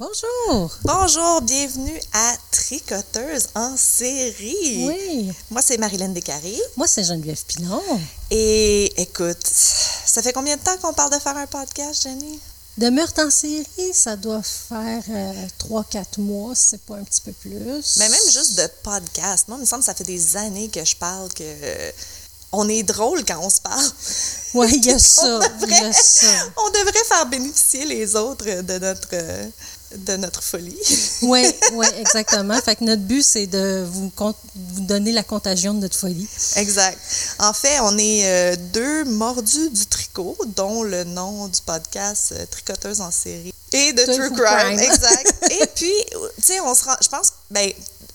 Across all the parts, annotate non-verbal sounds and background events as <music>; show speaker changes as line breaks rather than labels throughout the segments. Bonjour.
Bonjour, bienvenue à Tricoteuse en série.
Oui.
Moi, c'est Marilyn Descarrés.
Moi, c'est Geneviève Pilon.
Et écoute, ça fait combien de temps qu'on parle de faire un podcast, Jenny?
De meurtre en série, ça doit faire euh, 3-4 mois, si c'est pas un petit peu plus.
Mais
<laughs>
Ben, même juste de podcast. Moi, il me semble que ça fait des années que je parle que euh, on est drôle quand on se parle.
Oui, il
<laughs>
y a
On
ça. Il y
devrait,
a ça.
<laughs> on devrait faire bénéficier les autres de notre, euh, de notre folie.
Oui, oui, exactement. Fait que notre but, c'est de vous, con- vous donner la contagion de notre
<laughs>
folie.
<laughs> Exact. En fait, on est euh, deux mordus du tricot, dont le nom du podcast euh, Tricoteuse en série et de
True
True,
Crime.
Crime. Exact. et puis, tu sais, on se rend, je pense, ben,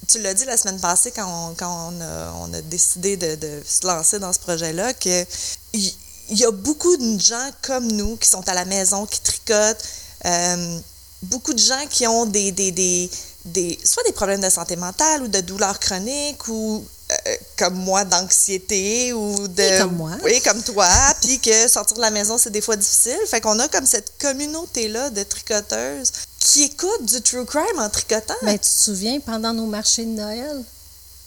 tu l'as dit la semaine passée quand on, quand on, a, on a décidé de, de se lancer dans ce projet-là, que il il y, a beaucoup de gens comme nous qui sont à la maison, qui tricotent, euh, beaucoup de gens qui ont des, des, des, des- soit des problèmes de santé mentale ou de douleurs chroniques ou euh, comme moi d'anxiété ou de
Et comme moi.
oui comme toi puis que sortir de la maison c'est des fois difficile fait qu'on a comme cette communauté là de tricoteuses qui écoutent du true crime en tricotant
Mais tu te souviens, pendant nos marchés de Noël,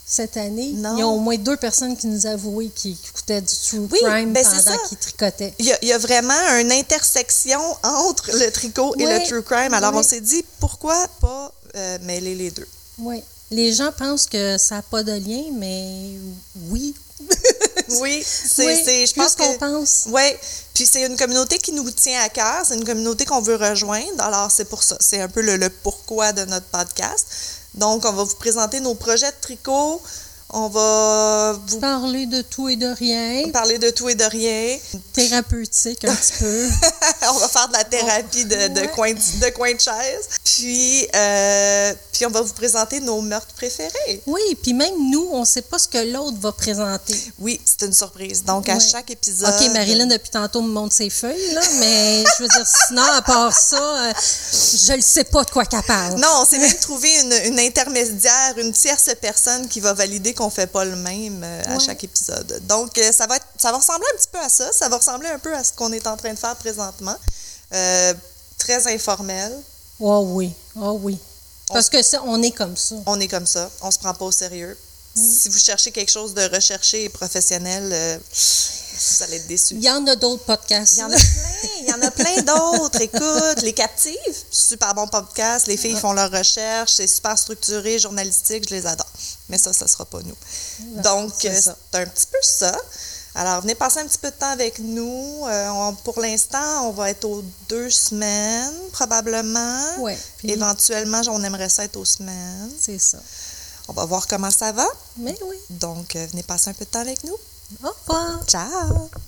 cette année,
Non.
il y a au moins deux personnes qui nous avouaient qu'ils écoutaient du true
Oui,
crime
ben, c'est
pendant
ça.
qu'ils tricotaient.
Il y, a, il y a vraiment une intersection entre le tricot et
Ouais,
le true crime. Alors,
ouais.
on s'est dit, pourquoi pas euh, mêler les deux? <laughs>
Oui. Les gens pensent que ça n'a pas de lien, mais oui.
Oui, c'est,
Oui,
c'est- je
plus
pense
qu'on
que...
pense.
Oui, puis c'est une communauté qui nous tient à cœur, c'est une communauté qu'on veut rejoindre, alors c'est pour ça, c'est un peu le, le pourquoi de notre podcast. Donc, on va vous présenter nos projets de tricot, on va vous
Parler de tout et de rien,
parler de tout et de rien, <laughs>
thérapeutique un petit peu.
on va faire de la thérapie de, de,
Ouais.
coin, de coin de chaise, puis, euh, puis on va vous présenter nos meurtres préférés.
Oui, puis même nous, on ne sait pas ce que l'autre va présenter.
Oui, c'est une surprise. Donc, à
Ouais.
chaque épisode.
OK, Marilyn, depuis tantôt, me montre ses feuilles, là, mais je veux dire, sinon, à part ça, euh, je ne sais pas de quoi qu'elle parle.
Non, on s'est même trouvé une, une intermédiaire, une tierce personne qui va valider qu'on fait pas le même euh, à
Ouais.
chaque épisode. Donc, euh, ça va, être- ça va ressembler un petit peu à ça. Ça va ressembler un peu à ce qu'on est en train de faire présentement. Euh, très informel.
Oh oui, oh oui. Parce que ça, on est comme ça.
On est comme ça. On se prend pas au sérieux. Si vous cherchez quelque chose de recherché et professionnel, euh, vous allez être déçus.
Il y en a d'autres podcasts.
Il y en a plein, il y en a plein d'autres. Écoute, Les Captives, super bon podcast. Les filles font leurs recherches, c'est super structuré, journalistique, je les adore. Mais ça, ça sera pas nous. Donc,
c'est
euh,
ça.
c'est un petit peu ça. Alors, venez passer un petit peu de temps avec nous. Euh, on- pour l'instant, on va être aux deux semaines, probablement.
Ouais, puis-
Éventuellement, on aimerait ça être aux semaines.
<laughs> C'est ça.
On va voir comment ça va.
Mais oui.
Donc, euh, venez passer un peu de temps avec nous.
Au revoir.
Ciao!